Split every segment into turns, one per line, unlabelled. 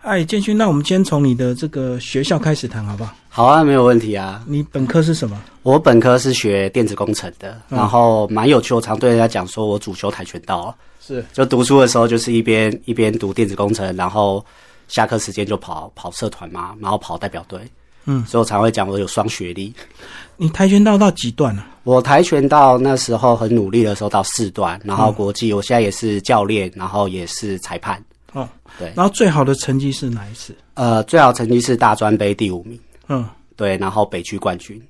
哎，建勋，那我们先从你的这个学校开始谈，好不好？
好啊，没有问题啊。
你本科是什么？
我本科是学电子工程的，然后蛮有趣。我常对人家讲说，我主修跆拳道，
是
就读书的时候就是一边一边读电子工程，然后下课时间就跑跑社团嘛，然后跑代表队。
嗯
所以我常会讲我有双学历。
你跆拳道到几段啊了、
我跆拳道那时候很努力的时候到四段，然后国际，我现在也是教练，然后也是裁判。
哦，
对
然后最好的成绩是哪一次？
呃，最好成绩是大专杯第五名，
嗯，
对，然后北区冠军。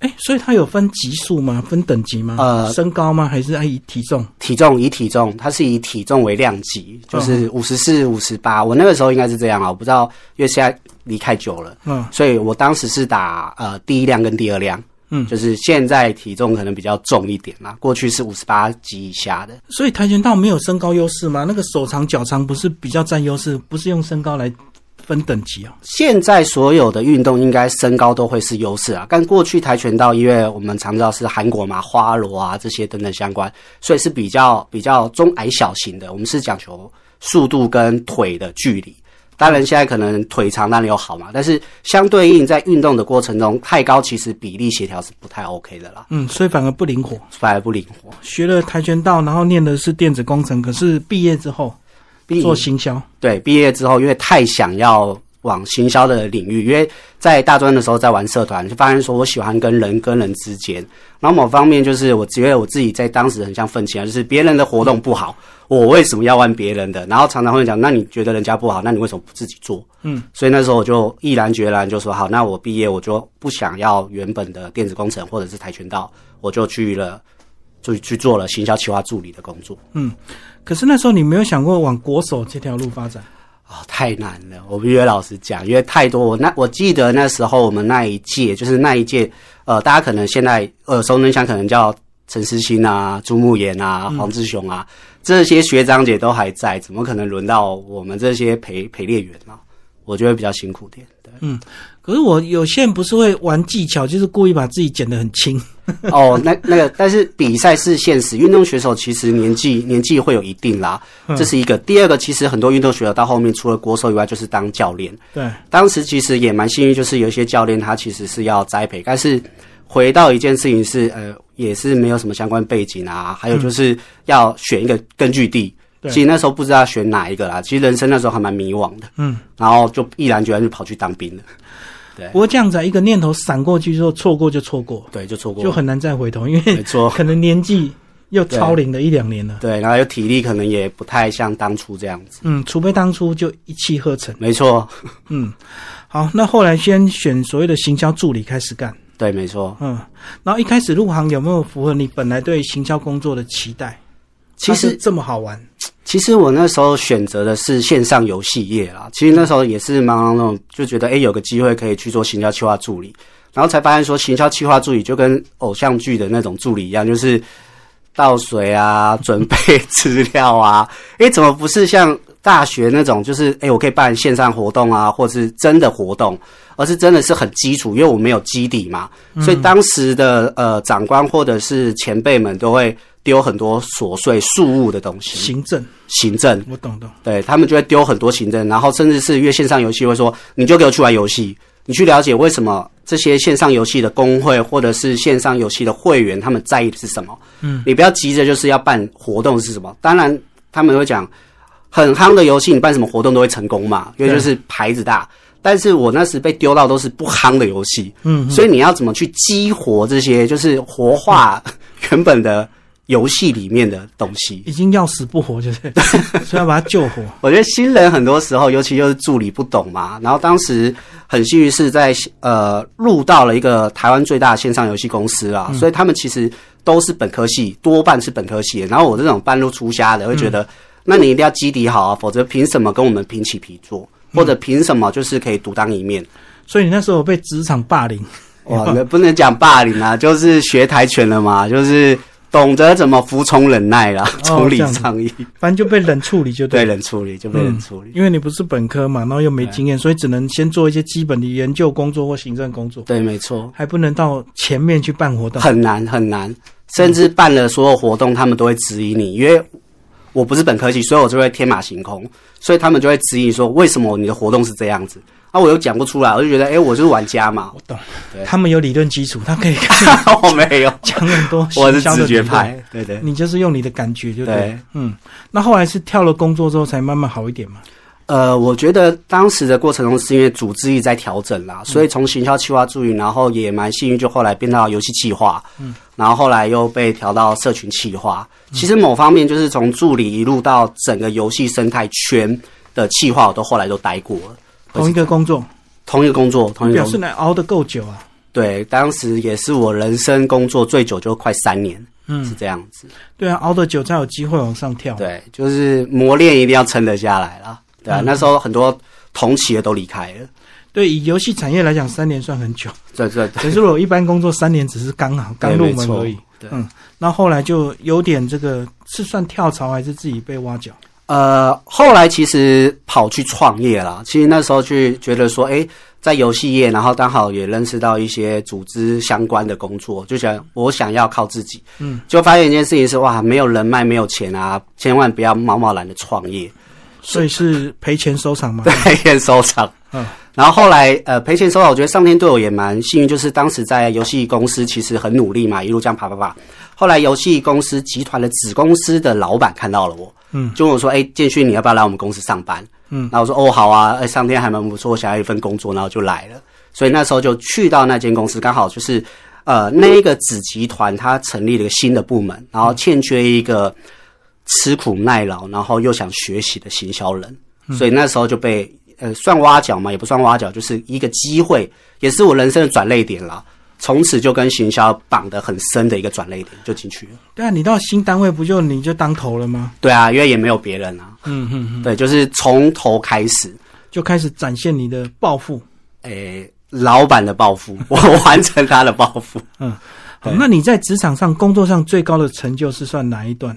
哎，所以它有分级数吗？分等级吗？
呃
身高吗？还是按以体重？
体重以体重，它是以体重为量级，就是五十四、五十八。我那个时候应该是这样啊，我不知道，因为现在离开久了，
嗯
所以我当时是打呃第一量跟第二量，
嗯
就是现在体重可能比较重一点啦，过去是五十八级以下的。
所以跆拳道没有身高优势吗？那个手长脚长不是比较占优势，不是用身高来分等级哦。
现在所有的运动应该身高都会是优势啊，但过去跆拳道因为我们常知道是韩国嘛、花罗啊这些等等相关，所以是比较比较中矮小型的。我们是讲求速度跟腿的距离。当然，现在可能腿长当然有好嘛，但是相对应在运动的过程中，太高其实比例协调是不太 OK 的啦，
嗯，所以反而不灵活。
反而不灵活。
学了跆拳道，然后念的是电子工程，可是毕业之后
毕
做行销，
对，毕业之后因为太想要往行销的领域，因为在大专的时候在玩社团，就发现说我喜欢跟人跟人之间。然后某方面就是我觉得我自己在当时很像愤青啊，就是别人的活动不好，我为什么要玩别人的？然后常常会讲，那你觉得人家不好，那你为什么不自己做？
嗯，
所以那时候我就毅然决然就说好，那我毕业我就不想要原本的电子工程或者是跆拳道，我就去了。就去做了行销企划助理的工作
可是那时候你没有想过往国手这条路发展。
哦，太难了，我必须老实讲，因为太多。我那我记得那时候我们那一届，就是那一届，呃，大家可能现在耳熟能详，可能叫陈思欣啊、朱慕言啊、黄志雄啊、这些学长姐都还在，怎么可能轮到我们这些陪陪练员呢、我觉得比较辛苦点。对
可是我有些人不是会玩技巧，就是故意把自己减得很轻。
哦，那那个，但是比赛是现实，运动选手其实年纪年纪会有一定啦，这是一个。第二个，其实很多运动选手到后面除了国手以外，就是当教练。
对，
当时其实也蛮幸运，就是有一些教练他其实是要栽培，但是回到一件事情是，呃，也是没有什么相关背景啊，还有就是要选一个根据地。
对
其实那时候不知道选哪一个啦，其实人生那时候还蛮迷惘的，
嗯。
然后就毅然决然就跑去当兵了。对
不过这样子、啊、一个念头闪过去之后，错过就错过，
对，就错过，
就很难再回头，因
没
为
错。
可能年纪又超龄了一两年了。
对，然后又体力可能也不太像当初这样子。
嗯，除非当初就一气呵成。
没错，
嗯，好，那后来先选所谓的行销助理开始干。
对，没错。
嗯，然后一开始入行有没有符合你本来对行销工作的期待？
其
它
实
是这么好玩，
其实我那时候选择的是线上游戏业啦，其实那时候也是忙那种，就觉得哎诶有个机会可以去做行销企划助理，然后才发现说行销企划助理就跟偶像剧的那种助理一样，就是倒水啊、准备资料啊， 诶怎么不是像大学那种，就是诶我可以办线上活动啊，或是真的活动，而是真的是很基础，因为我没有基底嘛，所以当时的呃长官或者是前辈们都会丢很多琐碎事务的东西。
行政
行政，
我懂懂。
对他们就会丢很多行政，然后甚至是越线上游戏会说，你就给我去玩游戏，你去了解为什么这些线上游戏的工会或者是线上游戏的会员他们在意的是什么？
嗯，
你不要急着就是要办活动是什么？当然他们会讲，很夯的游戏你办什么活动都会成功嘛，因为就是牌子大。但是我那时被丢到都是不夯的游戏，
嗯，
所以你要怎么去激活这些，就是活化 原本的游戏里面的东西？
已经要死不活，就是 所以要把它救活。
我觉得新人很多时候，尤其又是助理不懂嘛，然后当时很幸运是在呃入到了一个台湾最大的线上游戏公司
嗯
啊，所以他们其实都是本科系，多半是本科系的。然后我这种半路出家的，会觉得、
嗯
那你一定要基底好啊，否则凭什么跟我们平起平坐，
嗯
或者凭什么就是可以独当一面？
所以你那时候有被职场霸凌，
哇，那不能讲霸凌 啊，就是学跆拳了嘛，就是懂得怎么服从忍耐啦，从
哦这
理
样子
倡议，
反正就被冷处理就
对
对了。嗯
人处理就被人处理。
因为你不是本科嘛，然后又没经验，所以只能先做一些基本的研究工作或行政工作，
对，没错。
还不能到前面去办活动。
很难很难，甚至办了所有活动，他们都会质疑你，因为。我不是本科系，所以我就会天马行空，所以他们就会质疑说，为什么你的活动是这样子？啊，我又讲不出来，我就觉得，哎、我就是玩家嘛，
我懂
对，
他们有理论基础，他可以跟你
我没有，
讲很多
我是
行销的
直觉
理论
派，对对。
你就是用你的感觉，对不对
对？
嗯，那后来是跳了工作之后才慢慢好一点嘛。
呃，我觉得当时的过程中是因为组织一直在调整
嗯
啦，所以从行销企划助理，然后也蛮幸运，就后来变到游戏企划，嗯，然后后来又被调到社群企划。
嗯
其实某方面就是从助理一路到整个游戏生态圈的企划，我都后来都待过了。我是
同一个工作，
同一个工作，同一个
表
工
示
作，
你熬得够久啊。
对，当时也是我人生工作最久，就快三年，是
嗯，哦
这样子。
对啊，熬得久才有机会往上跳。啊
对，就是磨练一定要撑得下来啦。对啊，
嗯
那时候很多同期的都离开了，
对，以游戏产业来讲，三年算很久。
对对对，
可是我一般工作三年只是刚好刚入门而已。
对。
嗯，那后来就有点这个是算跳槽还是自己被挖角？
呃，后来其实跑去创业啦。其实那时候去觉得说，诶，在游戏业，然后刚好也认识到一些组织相关的工作，就想我想要靠自己。
嗯，
就发现一件事情是，哇，没有人脉，没有钱啊，千万不要贸贸然的创业，
所以是赔钱收场嘛。
对，验收场。
嗯，
然后后来，呃，赔钱收场，我觉得上天对我也蛮幸运，就是当时在游戏公司其实很努力嘛，一路这样爬爬爬。后来游戏公司集团的子公司的老板看到了我，
嗯
就问我说：“哎、建勋，你要不要来我们公司上班？”
嗯，
那我说：“哦，好啊，哎、上天还蛮不错，我想要一份工作，然后就来了。”所以那时候就去到那间公司，刚好就是呃，那一个子集团它成立了一个新的部门，然后欠缺一个吃苦耐劳，然后又想学习的行销人，
嗯
所以那时候就被呃算挖角嘛，也不算挖角，就是一个机会，也是我人生的转泪点啦。从此就跟行销绑得很深的一个转泪点，就进去了。
对啊，你到新单位不就你就当头了吗？
对啊，因为也没有别人啊。
嗯嗯嗯，
对，就是从头开始，
就开始展现你的抱负。
诶、老板的抱负， 我完成他的抱负。
好，那你在职场上、工作上最高的成就是算哪一段？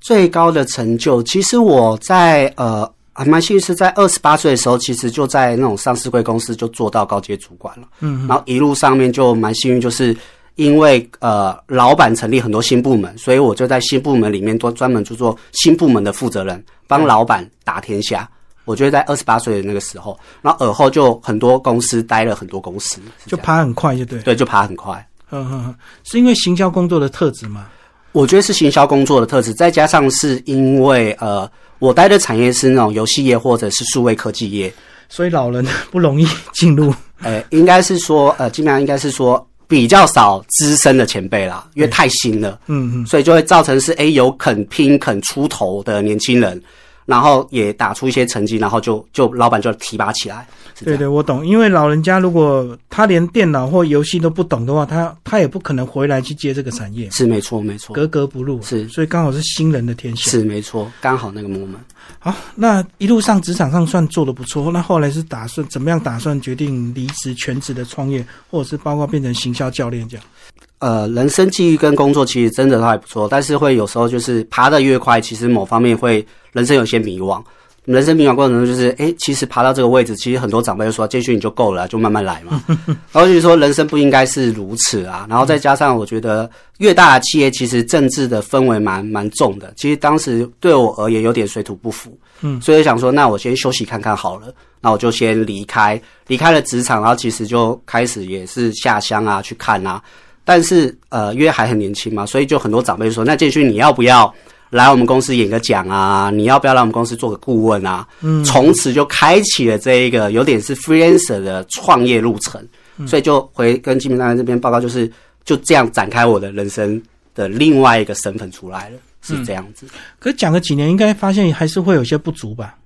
最高的成就，其实我在呃还蛮幸运，是在二十八岁的时候，其实就在那种上市贵公司就做到高阶主管了。
嗯，
然后一路上面就蛮幸运，就是因为呃老板成立很多新部门，所以我就在新部门里面都专门就做新部门的负责人，
嗯
帮老板打天下。我觉得在二十八岁的那个时候，然后尔后就很多公司待了很多公司，是
就
这样
爬很快，就对。
对就爬很快。
嗯嗯，嗯是因为行销工作的特质吗？
我觉得是行销工作的特质，再加上是因为呃，我待的产业是那种游戏业或者是数位科技业，
所以老人不容易进入。
呃，应该是说呃，尽量应该是说比较少资深的前辈啦，因为太新了，
嗯嗯，
所以就会造成是诶有肯拼肯出头的年轻人，然后也打出一些成绩，然后就就老板就提拔起来，是这
对
样。
对，我懂。因为老人家如果他连电脑或游戏都不懂的话，他他也不可能回来去接这个产业，
是没错，没错，
格格不入。啊
是
所以刚好是新人的天性。
是没错，刚好那个 moment。
好，那一路上职场上算做的不错，那后来是打算怎么样？打算决定离职全职的创业，或者是包括变成行销教练这样。
呃，人生际遇跟工作其实真的都还不错，但是会有时候就是爬得越快，其实某方面会人生有些迷惘。人生迷惘过程中，就是诶，其实爬到这个位置，其实很多长辈就说：“建勋你就够了啊，就慢慢来嘛。”然后就是说，人生不应该是如此啊。然后再加上，我觉得越大的企业，其实政治的氛围蛮蛮重的。其实当时对我而言有点水土不服，
嗯
所以想说，那我先休息看看好了。那我就先离开，离开了职场，然后其实就开始也是下乡啊，去看啊。但是呃，因为还很年轻嘛，所以就很多长辈说：“那建勋，你要不要来我们公司演个讲啊？你要不要来我们公司做个顾问啊？”
嗯
从此就开启了这一个有点是 freelancer 的创业路程，所以就回跟金明大人这边报告，就是就这样展开我的人生的另外一个身份出来了，是这样子。
可是讲了几年，应该发现还是会有些不足吧，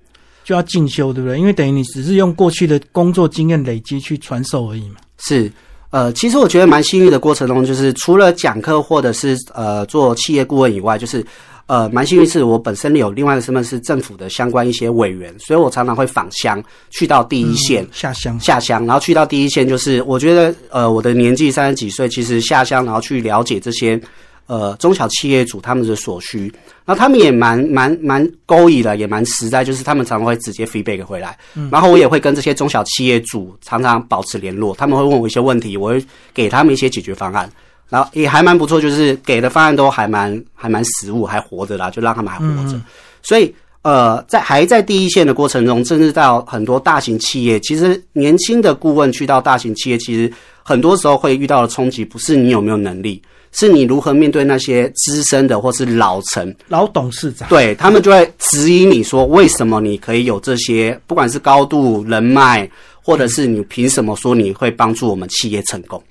就要进修，对不对？因为等于你只是用过去的工作经验累积去传授而已嘛。
是，呃，其实我觉得蛮幸运的过程中，就是除了讲课或者是呃做企业顾问以外，就是呃蛮幸运是我本身有另外一个身份是政府的相关一些委员，所以我常常会返乡去到第一线。
下乡，
下乡，然后去到第一线，就是我觉得，呃，我的年纪三十几岁，其实下乡，然后去了解这些，呃，中小企业主他们的所需，然后他们也蛮蛮蛮勾引的，也蛮实在，就是他们常常会直接 feedback 回来，然后我也会跟这些中小企业主常常保持联络，他们会问我一些问题，我会给他们一些解决方案。然后也还蛮不错，就是给的方案都还蛮还蛮实务，还活着啦，就让他们还活着。所以呃，在还在第一线的过程中，甚至到很多大型企业，其实年轻的顾问去到大型企业，其实很多时候会遇到的冲击，不是你有没有能力，是你如何面对那些资深的或是老成，
老董事长，
对他们就会质疑你说，为什么你可以有这些，不管是高度、人脉，或者是你凭什么说你会帮助我们企业成功？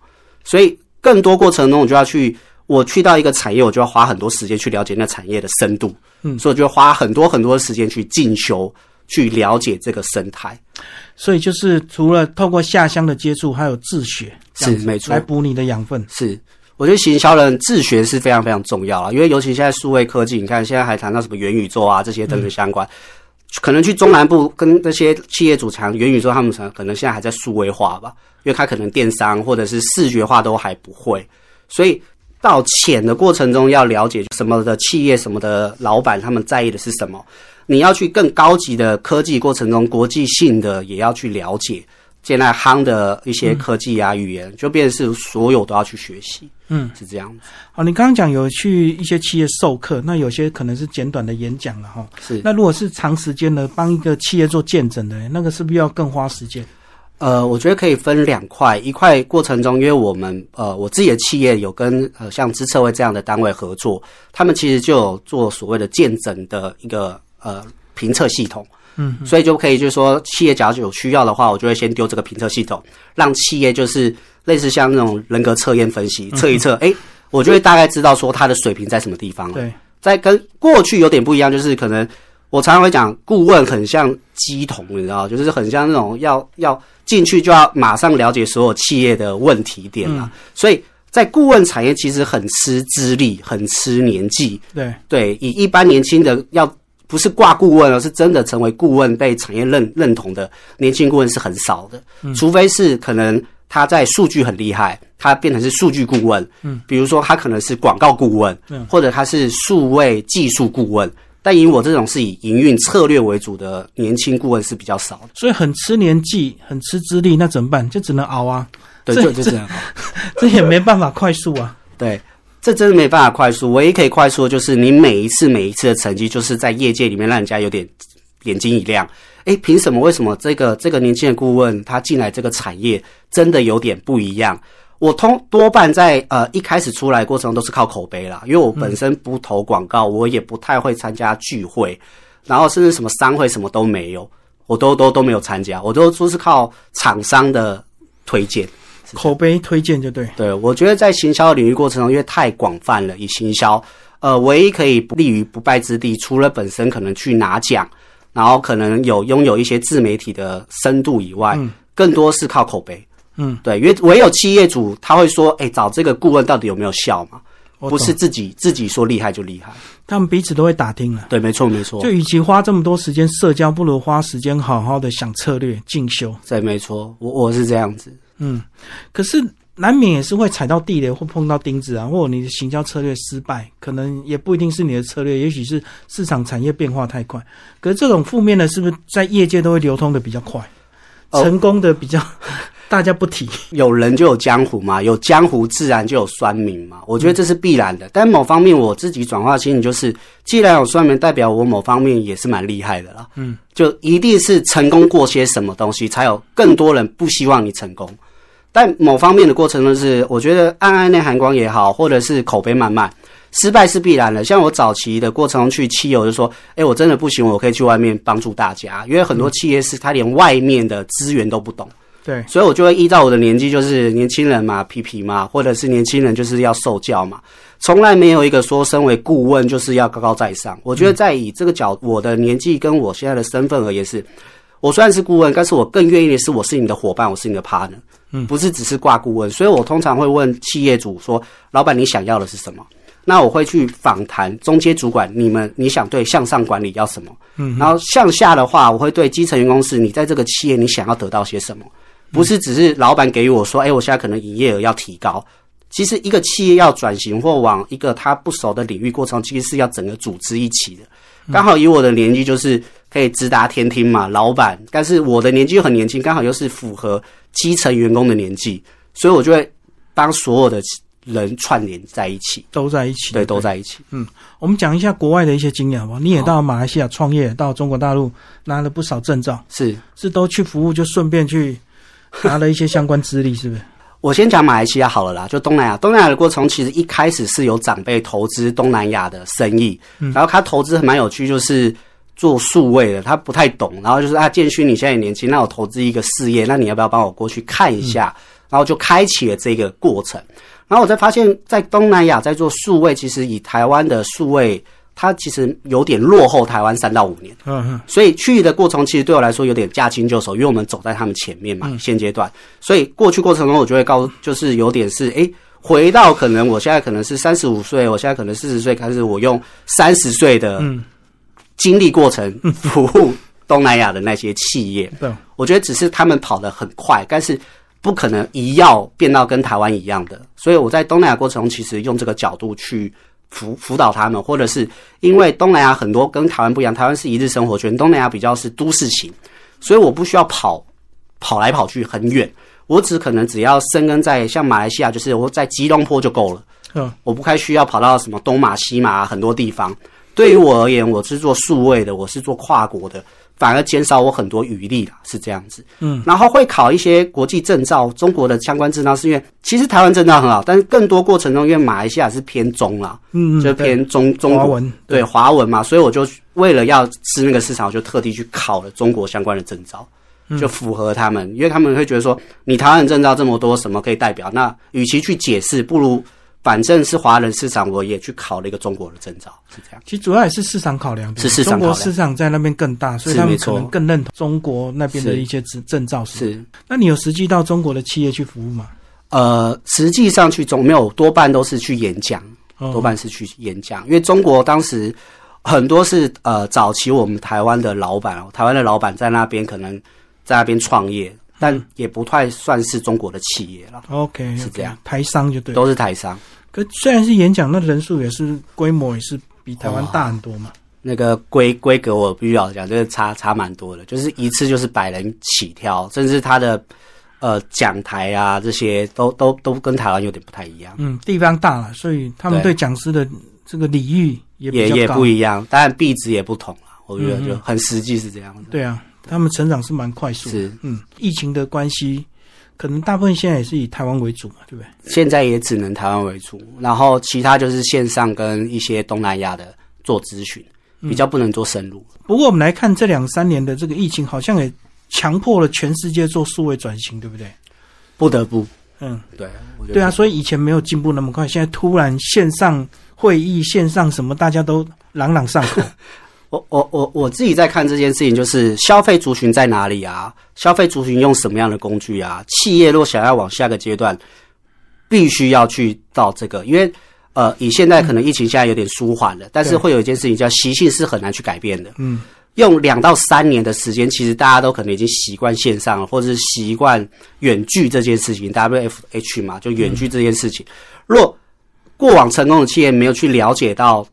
所以更多过程中，我就要去，我去到一个产业，我就要花很多时间去了解那产业的深度，嗯，所以我就花很多很多的时间去进修，去了解这个生态，
所以就是除了透过下乡的接触，还有自学，这样
是没错
来补你的养分。
是。我觉得行销人自学是非常非常重要啊，因为尤其现在数位科技，你看现在还谈到什么元宇宙啊这些都是相关，可能去中南部跟那些企业主谈元宇宙，他们可能可能现在还在数位化吧，因为他可能电商或者是视觉化都还不会，所以到潜的过程中要了解什么的企业、什么的老板他们在意的是什么，你要去更高级的科技过程中，国际性的也要去了解。现在夯的一
嗯
些科技啊、语言，就变成是所有都要去学习，
嗯，
是这样子。
好，你刚刚讲有去一些企业授课，那有些可能是简短的演讲了哈。
是
那如果是长时间的帮一个企业做见证的，那个是不是要更花时间？
呃，我觉得可以分两块，一块过程中，因为我们呃我自己的企业有跟呃像资策会这样的单位合作，他们其实就有做所谓的见诊的一个呃评测系统。
嗯，
所以就可以就是说，企业假如有需要的话，我就会先丢这个评测系统，让企业就是类似像那种人格测验分析，测一测，
嗯
诶，我就会大概知道说他的水平在什么地方了。
对，
在跟过去有点不一样，就是可能我常常会讲，顾问很像鸡童，你知道，就是很像那种要要进去就要马上了解所有企业的问题点啦。所以在顾问产业其实很吃资历，很吃年纪。
对，
对，以一般年轻的要不是挂顾问而是真的成为顾问被产业认认同的年轻顾问是很少的，除非是可能他在数据很厉害，他变成是数据顾问，嗯，比如说他可能是广告顾问，
嗯
或者他是数位技术顾问。但以我这种是以营运策略为主的年轻顾问是比较少的，
所以很吃年纪，很吃资历，那怎么办？就只能熬啊，
对，
这
就就这样。
这也没办法快速啊。
对，这真的没办法快速。唯一可以快速的就是你每一次每一次的成绩，就是在业界里面让人家有点眼睛一亮。诶，凭什么？为什么这个这个年轻的顾问他进来这个产业真的有点不一样？我通多半在呃一开始出来过程中都是靠口碑啦，因为我本身不投广告，我也不太会参加聚会，然后甚至什么商会什么都没有，我都都都没有参加，我都都是靠厂商的推荐。
口碑推荐就对，
对，我觉得在行销领域过程中，因为太广泛了，以行销，呃，唯一可以立于不败之地，除了本身可能去拿奖，然后可能有拥有一些自媒体的深度以外，更多是靠口碑。
嗯，
对，因为唯有企业主他会说，哎，找这个顾问到底有没有效嘛？
我
不是
懂
自己自己说厉害就厉害。
他们彼此都会打听了。
对，没错，没错
就，与其花这么多时间社交，不如花时间好好的想策略进修。
对，没错，我我是这样子。
嗯，可是难免也是会踩到地雷或碰到钉子啊，或者你的行销策略失败，可能也不一定是你的策略，也许是市场产业变化太快。可是这种负面的，是不是在业界都会流通的比较快，
哦
成功的比较大家不提？
有人就有江湖嘛，有江湖自然就有酸民嘛，我觉得这是必然的。但某方面我自己转化心理就是，既然有酸民，代表我某方面也是蛮厉害的啦。
嗯，
就一定是成功过些什么东西，才有更多人不希望你成功。但某方面的过程就是，我觉得啊暗暗内含光也好，或者是口碑满满，失败是必然的。像我早期的过程中去七友就说，哎，我真的不行，我可以去外面帮助大家，因为很多企业是他连外面的资源都不懂。
对，
所以我就会依照我的年纪，就是年轻人嘛，皮皮嘛，或者是年轻人就是要受教嘛，从来没有一个说身为顾问就是要高高在上。我觉得在以这个角，我的年纪跟我现在的身份而言是，我虽然是顾问，但是我更愿意的是我是你的伙伴，我是你的 partner，
嗯
不是只是挂顾问。所以我通常会问企业主说，老板你想要的是什么？那我会去访谈中阶主管，你们你想对向上管理要什么？
嗯，
然后向下的话，我会对基层员工是，你在这个企业你想要得到些什么？不是只是老板给予我说，哎，我现在可能营业额要提高。其实一个企业要转型或往一个他不熟的领域过程，其实是要整个组织一起的。刚好以我的年纪，就是可以直达天听嘛，老板。但是我的年纪又很年轻，刚好又是符合基层员工的年纪，所以我就会帮所有的人串联在一起，
都在一起。
对，都在一起。
我们讲一下国外的一些经验好不好？你也到马来西亚创业，到中国大陆拿了不少证照，
是
是都去服务，就顺便去拿了一些相关资历，是不是？
我先讲马来西亚好了啦，就东南亚。东南亚的过程其实一开始是有长辈投资东南亚的生意，然后他投资蛮有趣，就是做数位的，他不太懂，然后就是啊，建勋你现在也年轻，那我投资一个事业，那你要不要帮我过去看一下？然后就开启了这个过程。然后我才发现，在东南亚在做数位，其实以台湾的数位，它其实有点落后台湾三到五年。
嗯嗯，
所以去的过程其实对我来说有点驾轻就熟，因为我们走在他们前面嘛，
嗯
现阶段。所以过去过程中，我就会告，就是有点是诶。回到可能我现在可能是三十五岁，我现在可能四十岁，开始我用三十岁的
嗯
经历过 程服务东南亚的那些企业，
对，
我觉得只是他们跑得很快，但是不可能一要变到跟台湾一样的。所以我在东南亚过程中，其实用这个角度去辅辅导他们，或者是因为东南亚很多跟台湾不一样，台湾是一日生活圈，东南亚比较是都市型，所以我不需要跑跑来跑去很远，我只可能只要生根在像马来西亚，就是我在吉隆坡就够了。
嗯，
我不太需要跑到什么东马西马、很多地方。对于我而言，我是做数位的，我是做跨国的，反而减少我很多余力啦，是这样子。
嗯，
然后会考一些国际证照，中国的相关证照，是因为其实台湾证照很好，但是更多过程中，因为马来西亚是偏中啦，
嗯嗯，
就
对
偏中中
华
国
文，
对华文嘛，所以我就为了要吃那个市场，我就特地去考了中国相关的证照，就符合他们，因为他们会觉得说，你台湾人证照这么多，什么可以代表？那与其去解释，不如反正是华人市场，我也去考了一个中国的证照，是这样。
其实主要也是市场考量，对吧
是市场
中
考量
国市场在那边更大，所以
是
他们
没
可
错
能更认同中国那边的
是
一些证证照是。
是，
那你有实际到中国的企业去服务吗？
呃，实际上去总没有多半都是去演讲，
哦
多半是去演讲，因为中国当时很多是呃早期我们台湾的老板，哦台湾的老板在那边可能在那边创业，
嗯
但也不太算是中国的企业了，
OK，
是这样，
台商就对。
都是台商。
可虽然是演讲，那人数也是规模也是比台湾大很多嘛。
那个规规格我必须要讲，这个差差蛮多的，就是一次就是百人起跳，甚至他的呃讲台啊这些都都都跟台湾有点不太一样。
嗯，地方大了，所以他们对
对
讲师的这个礼遇也
也
比
也
较高
不。一样，当然币值也不同了。啊我觉得
嗯嗯
就很实际是这样子。
对啊，他们成长是蛮快速的。
是
嗯，疫情的关系，可能大部分现在也是以台湾为主嘛，对不对？
现在也只能台湾为主，然后其他就是线上跟一些东南亚的做咨询，
嗯
比较不能做深入。
不过我们来看这两三年的这个疫情，好像也强迫了全世界做数位转型，对不对？
不得不，
嗯，
对，我觉得
对啊，所以以前没有进步那么快，现在突然线上会议、线上什么，大家都朗朗上 口。
我我我我自己在看这件事情，就是消费族群在哪里啊？消费族群用什么样的工具啊？企业若想要往下个阶段，必须要去到这个，因为呃，以现在可能疫情现在有点舒缓了，但是
对
会有一件事情叫习性是很难去改变的。
嗯，
用两到三年的时间，其实大家都可能已经习惯线上了，或者是习惯远距这件事情，WFH 嘛，就远距这件事情。若过往成功的企业没有去了解到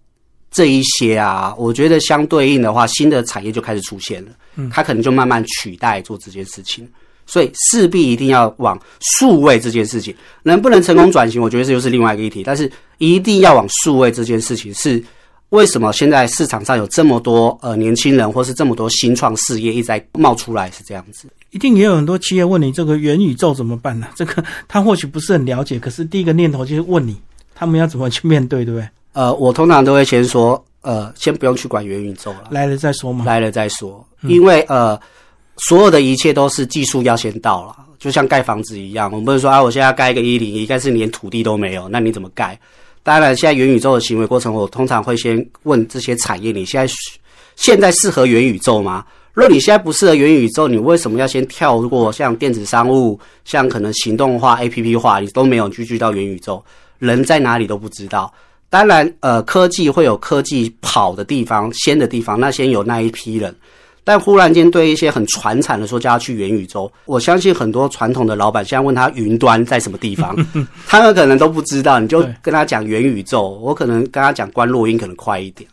这一些啊，我觉得相对应的话，新的产业就开始出现了，它可能就慢慢取代做这件事情。所以势必一定要往数位这件事情，能不能成功转型，我觉得这就是另外一个议题。但是一定要往数位这件事情是为什么现在市场上有这么多呃年轻人，或是这么多新创事业一直在冒出来，是这样子？
一定也有很多企业问你这个元宇宙怎么办啊 呢、这个他或许不是很了解，可是第一个念头就是问你，他们要怎么去面对，对不对？
呃，我通常都会先说，呃，先不用去管元宇宙了，
来了再说嘛。
来了再说，因为呃，所有的一切都是技术要先到了。就像盖房子一样，我们不是说啊，我现在要盖一个一零一，但是你连土地都没有，那你怎么盖？当然，现在元宇宙的行为过程，我通常会先问这些产业，你现在需现在适合元宇宙吗？若你现在不适合元宇宙，你为什么要先跳过像电子商务、像可能行动化、A P P 化，你都没有去去到元宇宙？人在哪里都不知道。当然，呃，科技会有科技跑的地方、先的地方，那先有那一批人。但忽然间，对一些很传产的说叫他去元宇宙，我相信很多传统的老板现在问他云端在什么地方，他们可能都不知道。你就
对
跟他讲元宇宙，我可能跟他讲关录音可能快一点。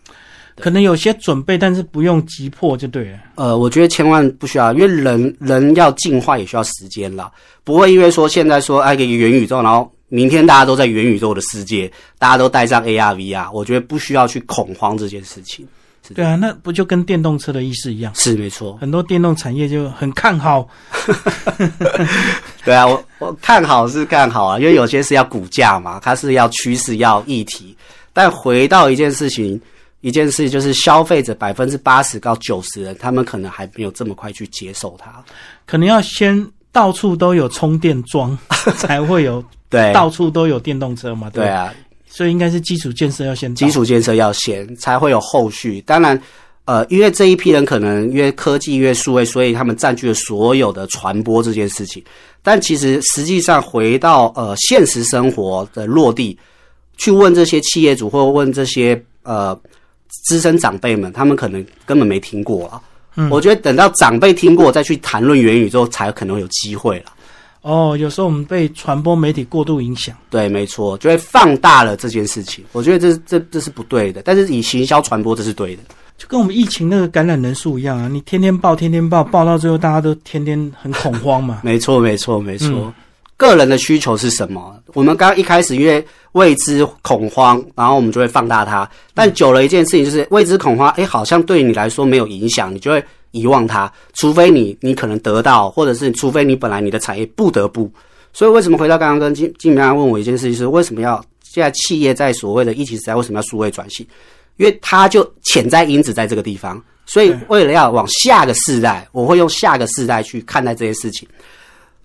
可能有些准备，但是不用急迫就对了。
呃，我觉得千万不需要，因为人人要进化也需要时间啦，不会因为说现在说哎一个元宇宙，然后明天大家都在元宇宙的世界，大家都带上 AR、VR，我觉得不需要去恐慌这件事情。是
对啊，那不就跟电动车的意思一样？
是没错，
很多电动产业就很看好，
对啊，我我看好是看好啊，因为有些是要股价嘛，它是要趋势要议题。但回到一件事情，一件事就是消费者百分之八十到九十人，他们可能还没有这么快去接受它。
可能要先到处都有充电 桩，才会有
对，
到处都有电动车嘛。
对
不，
啊，
所以应该是基础建设要先到
基。础建设要先，才会有后续。当然，呃，因为这一批人可能因为科技越数位，所以他们占据了所有的传播这件事情。但其实实际上回到呃现实生活的落地，去问这些企业主或问这些呃资深长辈们，他们可能根本没听过啊。我觉得等到长辈听过再去谈论元宇宙，才可能有机会了。
哦，有时候我们被传播媒体过度影响，
对，没错，就会放大了这件事情。我觉得这这这是不对的，但是以行销传播这是对的。。
就跟我们疫情那个感染人数一样啊，你天天报，天天报，报到最后大家都天天很恐慌嘛
没错，没错，没错。个人的需求是什么？我们刚刚一开始因为未知恐慌，然后我们就会放大它。但久了一件事情就是未知恐慌，哎，好像对你来说没有影响，你就会遗忘它。除非你你可能得到，或者是除非你本来你的产业不得不。所以为什么回到刚刚跟金金刚刚问我一件事情是为什么要现在企业在所谓的疫情时代为什么要数位转型？因为它就潜在因子在这个地方，所以为了要往下个世代，我会用下个世代去看待这些事情。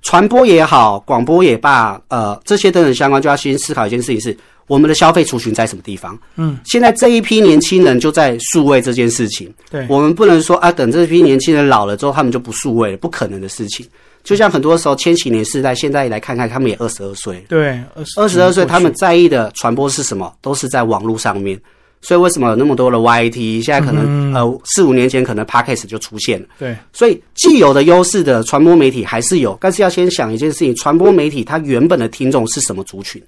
传播也好，广播也罢，呃，这些等等相关，就要先思考一件事情是：我们的消费族群在什么地方？
嗯，
现在这一批年轻人就在数位这件事情，
对，
我们不能说啊，等这批年轻人老了之后，他们就不数位了，不可能的事情。就像很多时候，千禧年世代现在来看看，他们也二十二岁了，
对，呃
二十二岁，他们
嗯过去
在意的传播是什么？都是在网络上面。所以为什么有那么多的 YT？现在可
嗯
能、呃四五年前可能 Podcast 就出现了。
对
所以既有的优势的传播媒体还是有，但是要先想一件事情：传播媒体它原本的听众是什么族群？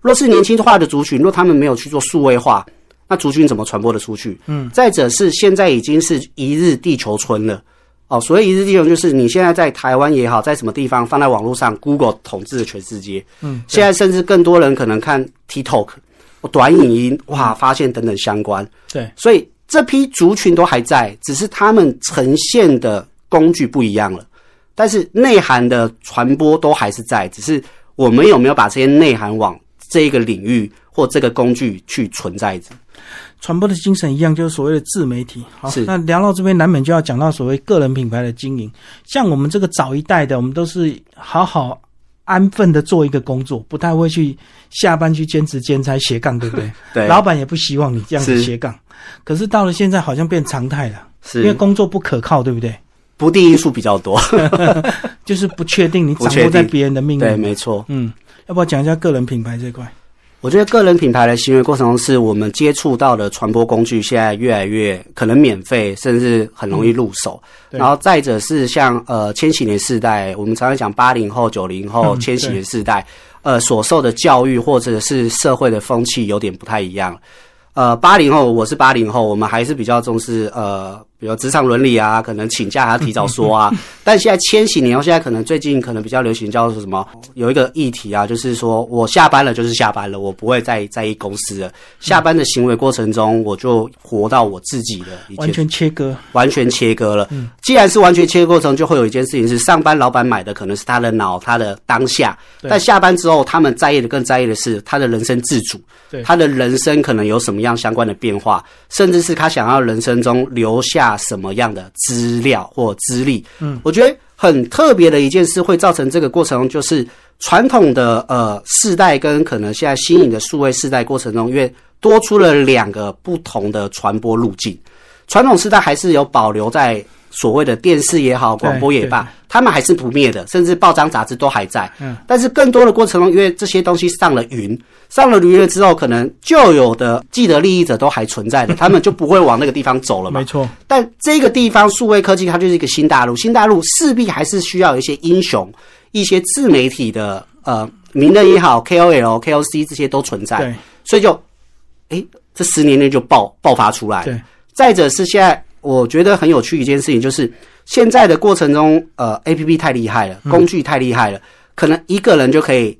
若是年轻化的族群，若他们没有去做数位化，那族群怎么传播的出去？嗯，再者是现在已经是一日地球村了。哦，所谓一日地球村就是你现在在台湾也好，在什么地方放在网络上，Google 统治了全世界。
嗯，
现在甚至更多人可能看 TikTok、哦短影音，哇，发现等等相关。
对，
所以这批族群都还在，只是他们呈现的工具不一样了，但是内涵的传播都还是在，只是我们有没有把这些内涵往这一个领域或这个工具去存在着？
传播的精神一样，就是所谓的自媒体。好
是，
那聊到这边，难免就要讲到所谓个人品牌的经营。像我们这个早一代的，我们都是好好安分的做一个工作，不太会去下班去兼职兼差斜杠，对不对？
对，
老板也不希望你这样子
是
斜杠。可是到了现在，好像变常态了，因为
是
工作不可靠，对不对？
不定因素比较多，
就是不确定，你掌
不
握
确定
在别人的命
对，
运。
没错。
嗯，要不要讲一下个人品牌这块？
我觉得个人品牌的行为过程中，是我们接触到的传播工具，现在越来越可能免费，甚至很容易入手。
对
然后再者是像呃千禧年世代，我们常常讲八零后、九零后、
嗯
千禧年世代，呃所受的教育或者是社会的风气有点不太一样。呃，八零后，我是八零后，我们还是比较重视呃，比如职场伦理啊，可能请假还要提早 说啊。但现在千禧年后，现在可能最近可能比较流行叫做什么，有一个议题啊，就是说我下班了就是下班了，我不会再在意公司了。下班的行为过程中，我就活到我自己的一
完
件
全嗯切割，
完全切割了。既然是完全切割过程，就会有一件事情是，上班老板买的可能是他的脑，他的当下，
对
但下班之后，他们在意的更在意的是他的人生自主
对，
他的人生可能有什么样相关的变化，甚至是他想要人生中留下什么样的资料或资历。嗯，我觉得很特别的一件事，会造成这个过程就是传统的呃世代跟可能现在新颖的数位世代过程中，因为多出了两个不同的传播路径。传统世代还是有保留在所谓的电视也好、广播也
对
罢，他们还是不灭的，甚至报章杂志都还在。
嗯，
但是更多的过程中，因为这些东西上了云，上了云了之后，可能旧有的既得利益者都还存在 的，他们就不会往那个地方走了嘛
没。错，
但这个地方数位科技它就是一个新大陆，新大陆势必还是需要有一些英雄、一些自媒体的呃名人也好、KOL、KOC 这些都存在，
对
所以就诶这十年内就爆爆发出来。
对，
再者是现在我觉得很有趣一件事情，就是现在的过程中，呃，A P P 太厉害了，工具太厉害了，可能一个人就可以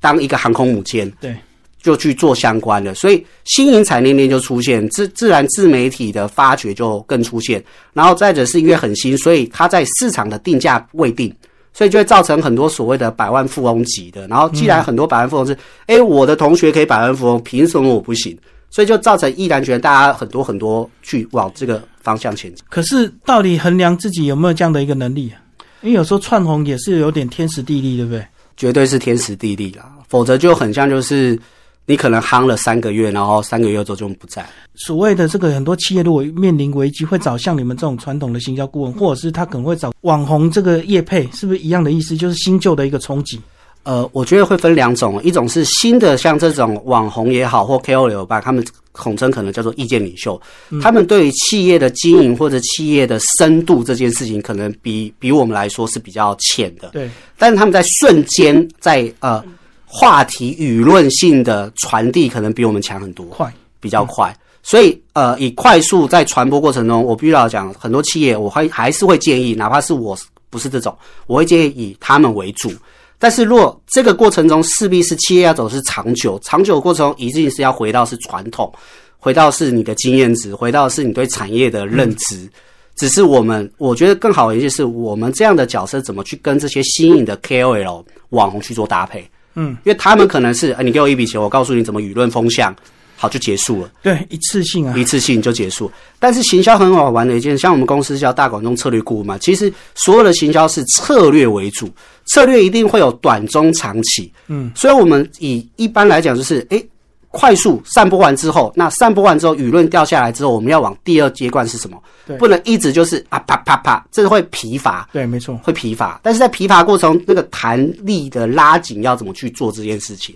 当一个航空母舰，
对，
就去做相关的，所以新颖产业链就出现，自自然自媒体的发掘就更出现，然后再者是因为很新，所以它在市场的定价未定。所以就会造成很多所谓的百万富翁级的，然后既然很多百万富翁是，哎、我的同学可以百万富翁，凭什么我不行？所以就造成毅然决然，大家很多很多去往这个方向前进。
可是到底衡量自己有没有这样的一个能力、啊？因为有时候窜红也是有点天时地利，对不对？
绝对是天时地利啦，否则就很像就是你可能夯了三个月，然后三个月之后就不在。
所谓的这个很多企业如果面临危机，会找像你们这种传统的行销顾问，或者是他可能会找网红这个业配，是不是一样的意思？就是新旧的一个冲击。
呃，我觉得会分两种，一种是新的，像这种网红也好，或 KOL 吧，他们统称可能叫做意见领袖，他们对于企业的经营或者企业的深度这件事情，可能比比我们来说是比较浅的。
对，
但是他们在瞬间在呃话题舆论性的传递，可能比我们强很多，
快，
比较快。所以呃，以快速在传播过程中，我必须要讲，很多企业我还还是会建议，哪怕是我不是这种，我会建议以他们为主。但是，若这个过程中势必是企业要走是长久，长久的过程中一定是要回到是传统，回到是你的经验值，回到是你对产业的认知。只是我们，我觉得更好的一件事，我们这样的角色怎么去跟这些新颖的 KOL 网红去做搭配？
嗯，
因为他们可能是，呃、你给我一笔钱，我告诉你怎么舆论风向，好就结束了，
对，一次性啊，
一次性就结束。但是行销很好玩的一件，像我们公司叫大广东策略顾问嘛，其实所有的行销是策略为主，策略一定会有短、中、长期。
嗯，
所以我们以一般来讲就是，诶，快速散播完之后，那散播完之后，舆论掉下来之后，我们要往第二阶段是什么
对？
不能一直就是啊啪啪啪，这会疲乏。
对，没错，
会疲乏，但是在疲乏过程中，那个弹力的拉紧要怎么去做这件事情？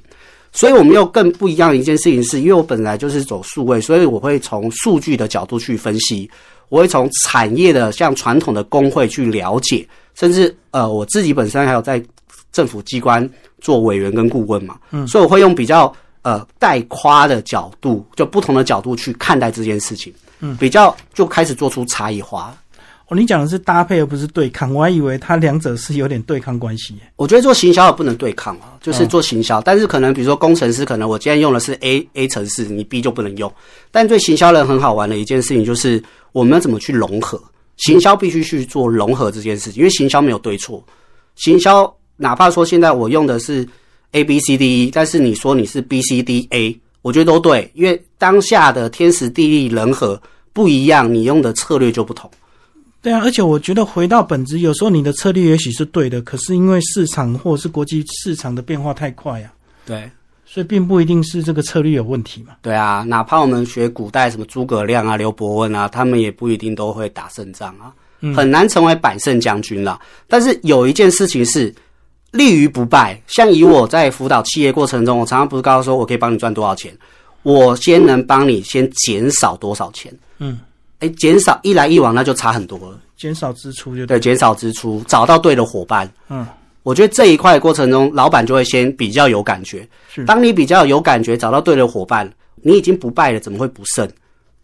所以我们又更不一样的一件事情是，因为我本来就是走数位，所以我会从数据的角度去分析，我会从产业的像传统的工会去了解，甚至呃我自己本身还有在政府机关做委员跟顾问嘛，嗯，所以我会用比较呃带夸的角度，就不同的角度去看待这件事情，嗯，比较就开始做出差异化，
哦，你讲的是搭配而不是对抗，我还以为它两者是有点对抗关系耶。
我觉得做行销也不能对抗啊，就是做行销，但是可能比如说工程师，可能我今天用的是 A A 城市，你 B 就不能用。但对行销人很好玩的一件事情就是，我们要怎么去融合？行销必须去做融合这件事情，因为行销没有对错。行销哪怕说现在我用的是 A B C D E，但是你说你是 B C D A，我觉得都对，因为当下的天时地利人和不一样，你用的策略就不同。
对啊，而且我觉得回到本质，有时候你的策略也许是对的，可是因为市场或者是国际市场的变化太快啊，
对。
所以并不一定是这个策略有问题嘛。
对啊，哪怕我们学古代什么诸葛亮啊、刘伯温啊，他们也不一定都会打胜仗啊，很难成为百胜将军啦。但是有一件事情是立于不败，像以我在辅导企业过程中，我常常不是告诉说我可以帮你赚多少钱，我先能帮你先减少多少钱，
嗯，
哎，减少一来一往那就差很多了。
减少支出就对。
对，减少支出，找到对的伙伴，
嗯，
我觉得这一块过程中，老板就会先比较有感觉。
是
当你比较有感觉，找到对的伙伴，你已经不败了，怎么会不胜？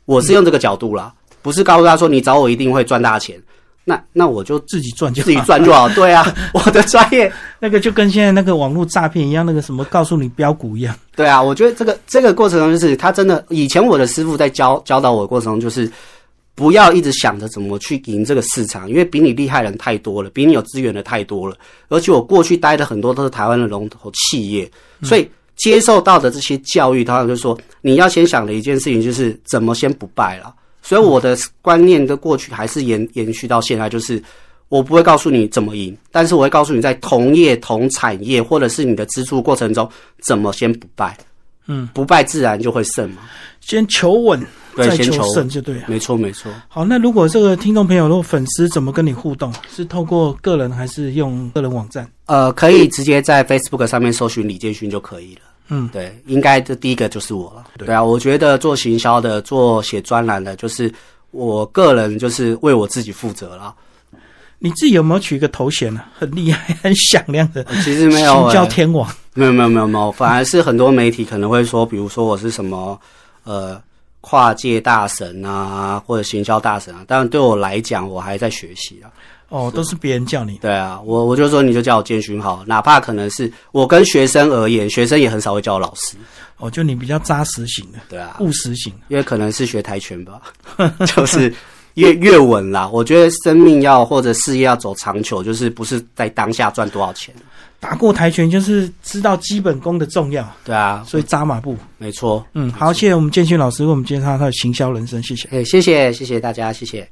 我是用这个角度啦，不是告诉他说你找我一定会赚大钱，那那我就
自己赚就
自己
好
赚就好。对啊，我的专业，
那个就跟现在那个网络诈骗一样，那个什么告诉你标股一样。
对啊，我觉得这个这个过程中就是他真的，以前我的师傅在教教导我的过程中就是。不要一直想着怎么去赢这个市场，因为比你厉害的人太多了，比你有资源的太多了。而且我过去待的很多都是台湾的龙头企业，所以接受到的这些教育，他就说你要先想的一件事情就是怎么先不败了。所以我的观念跟过去还是延延续到现在，就是我不会告诉你怎么赢，但是我会告诉你在同业、同产业或者是你的支出过程中怎么先不败。
嗯，
不败自然就会胜嘛。
先求稳，
对
再
先求稳
胜就对了。
没错，没错。
好，那如果这个听众朋友，如果粉丝怎么跟你互动？是透过个人还是用个人网站？
呃，可以直接在 Facebook 上面搜寻李建勋就可以了。
嗯
对，应该这第一个就是我了。对啊，我觉得做行销的、做写专栏的，就是我个人就是为我自己负责啦。
你自己有没有取一个头衔啊？很厉害、很响亮的，
其实 没有、啊
行销天王。
没有没有没有没有，反而是很多媒体可能会说，比如说我是什么呃跨界大神啊，或者行销大神啊。当然对我来讲，我还在学习啊。
哦，都是别人叫你
对啊，我我就说你就叫我建勋好，哪怕可能是我跟学生而言，学生也很少会叫我老师。
哦，就你比较扎实型的，
对啊，
务实型。
因为可能是学跆拳吧，就是越越稳啦。我觉得生命要或者事业要走长久，就是不是在当下赚多少钱。
打过跆拳就是知道基本功的重要，
对啊，
所以扎马步。
没错。
嗯，好，谢谢我们建勋老师为我们介绍他的行销人生，谢谢。
哎，谢谢谢谢大家，谢谢。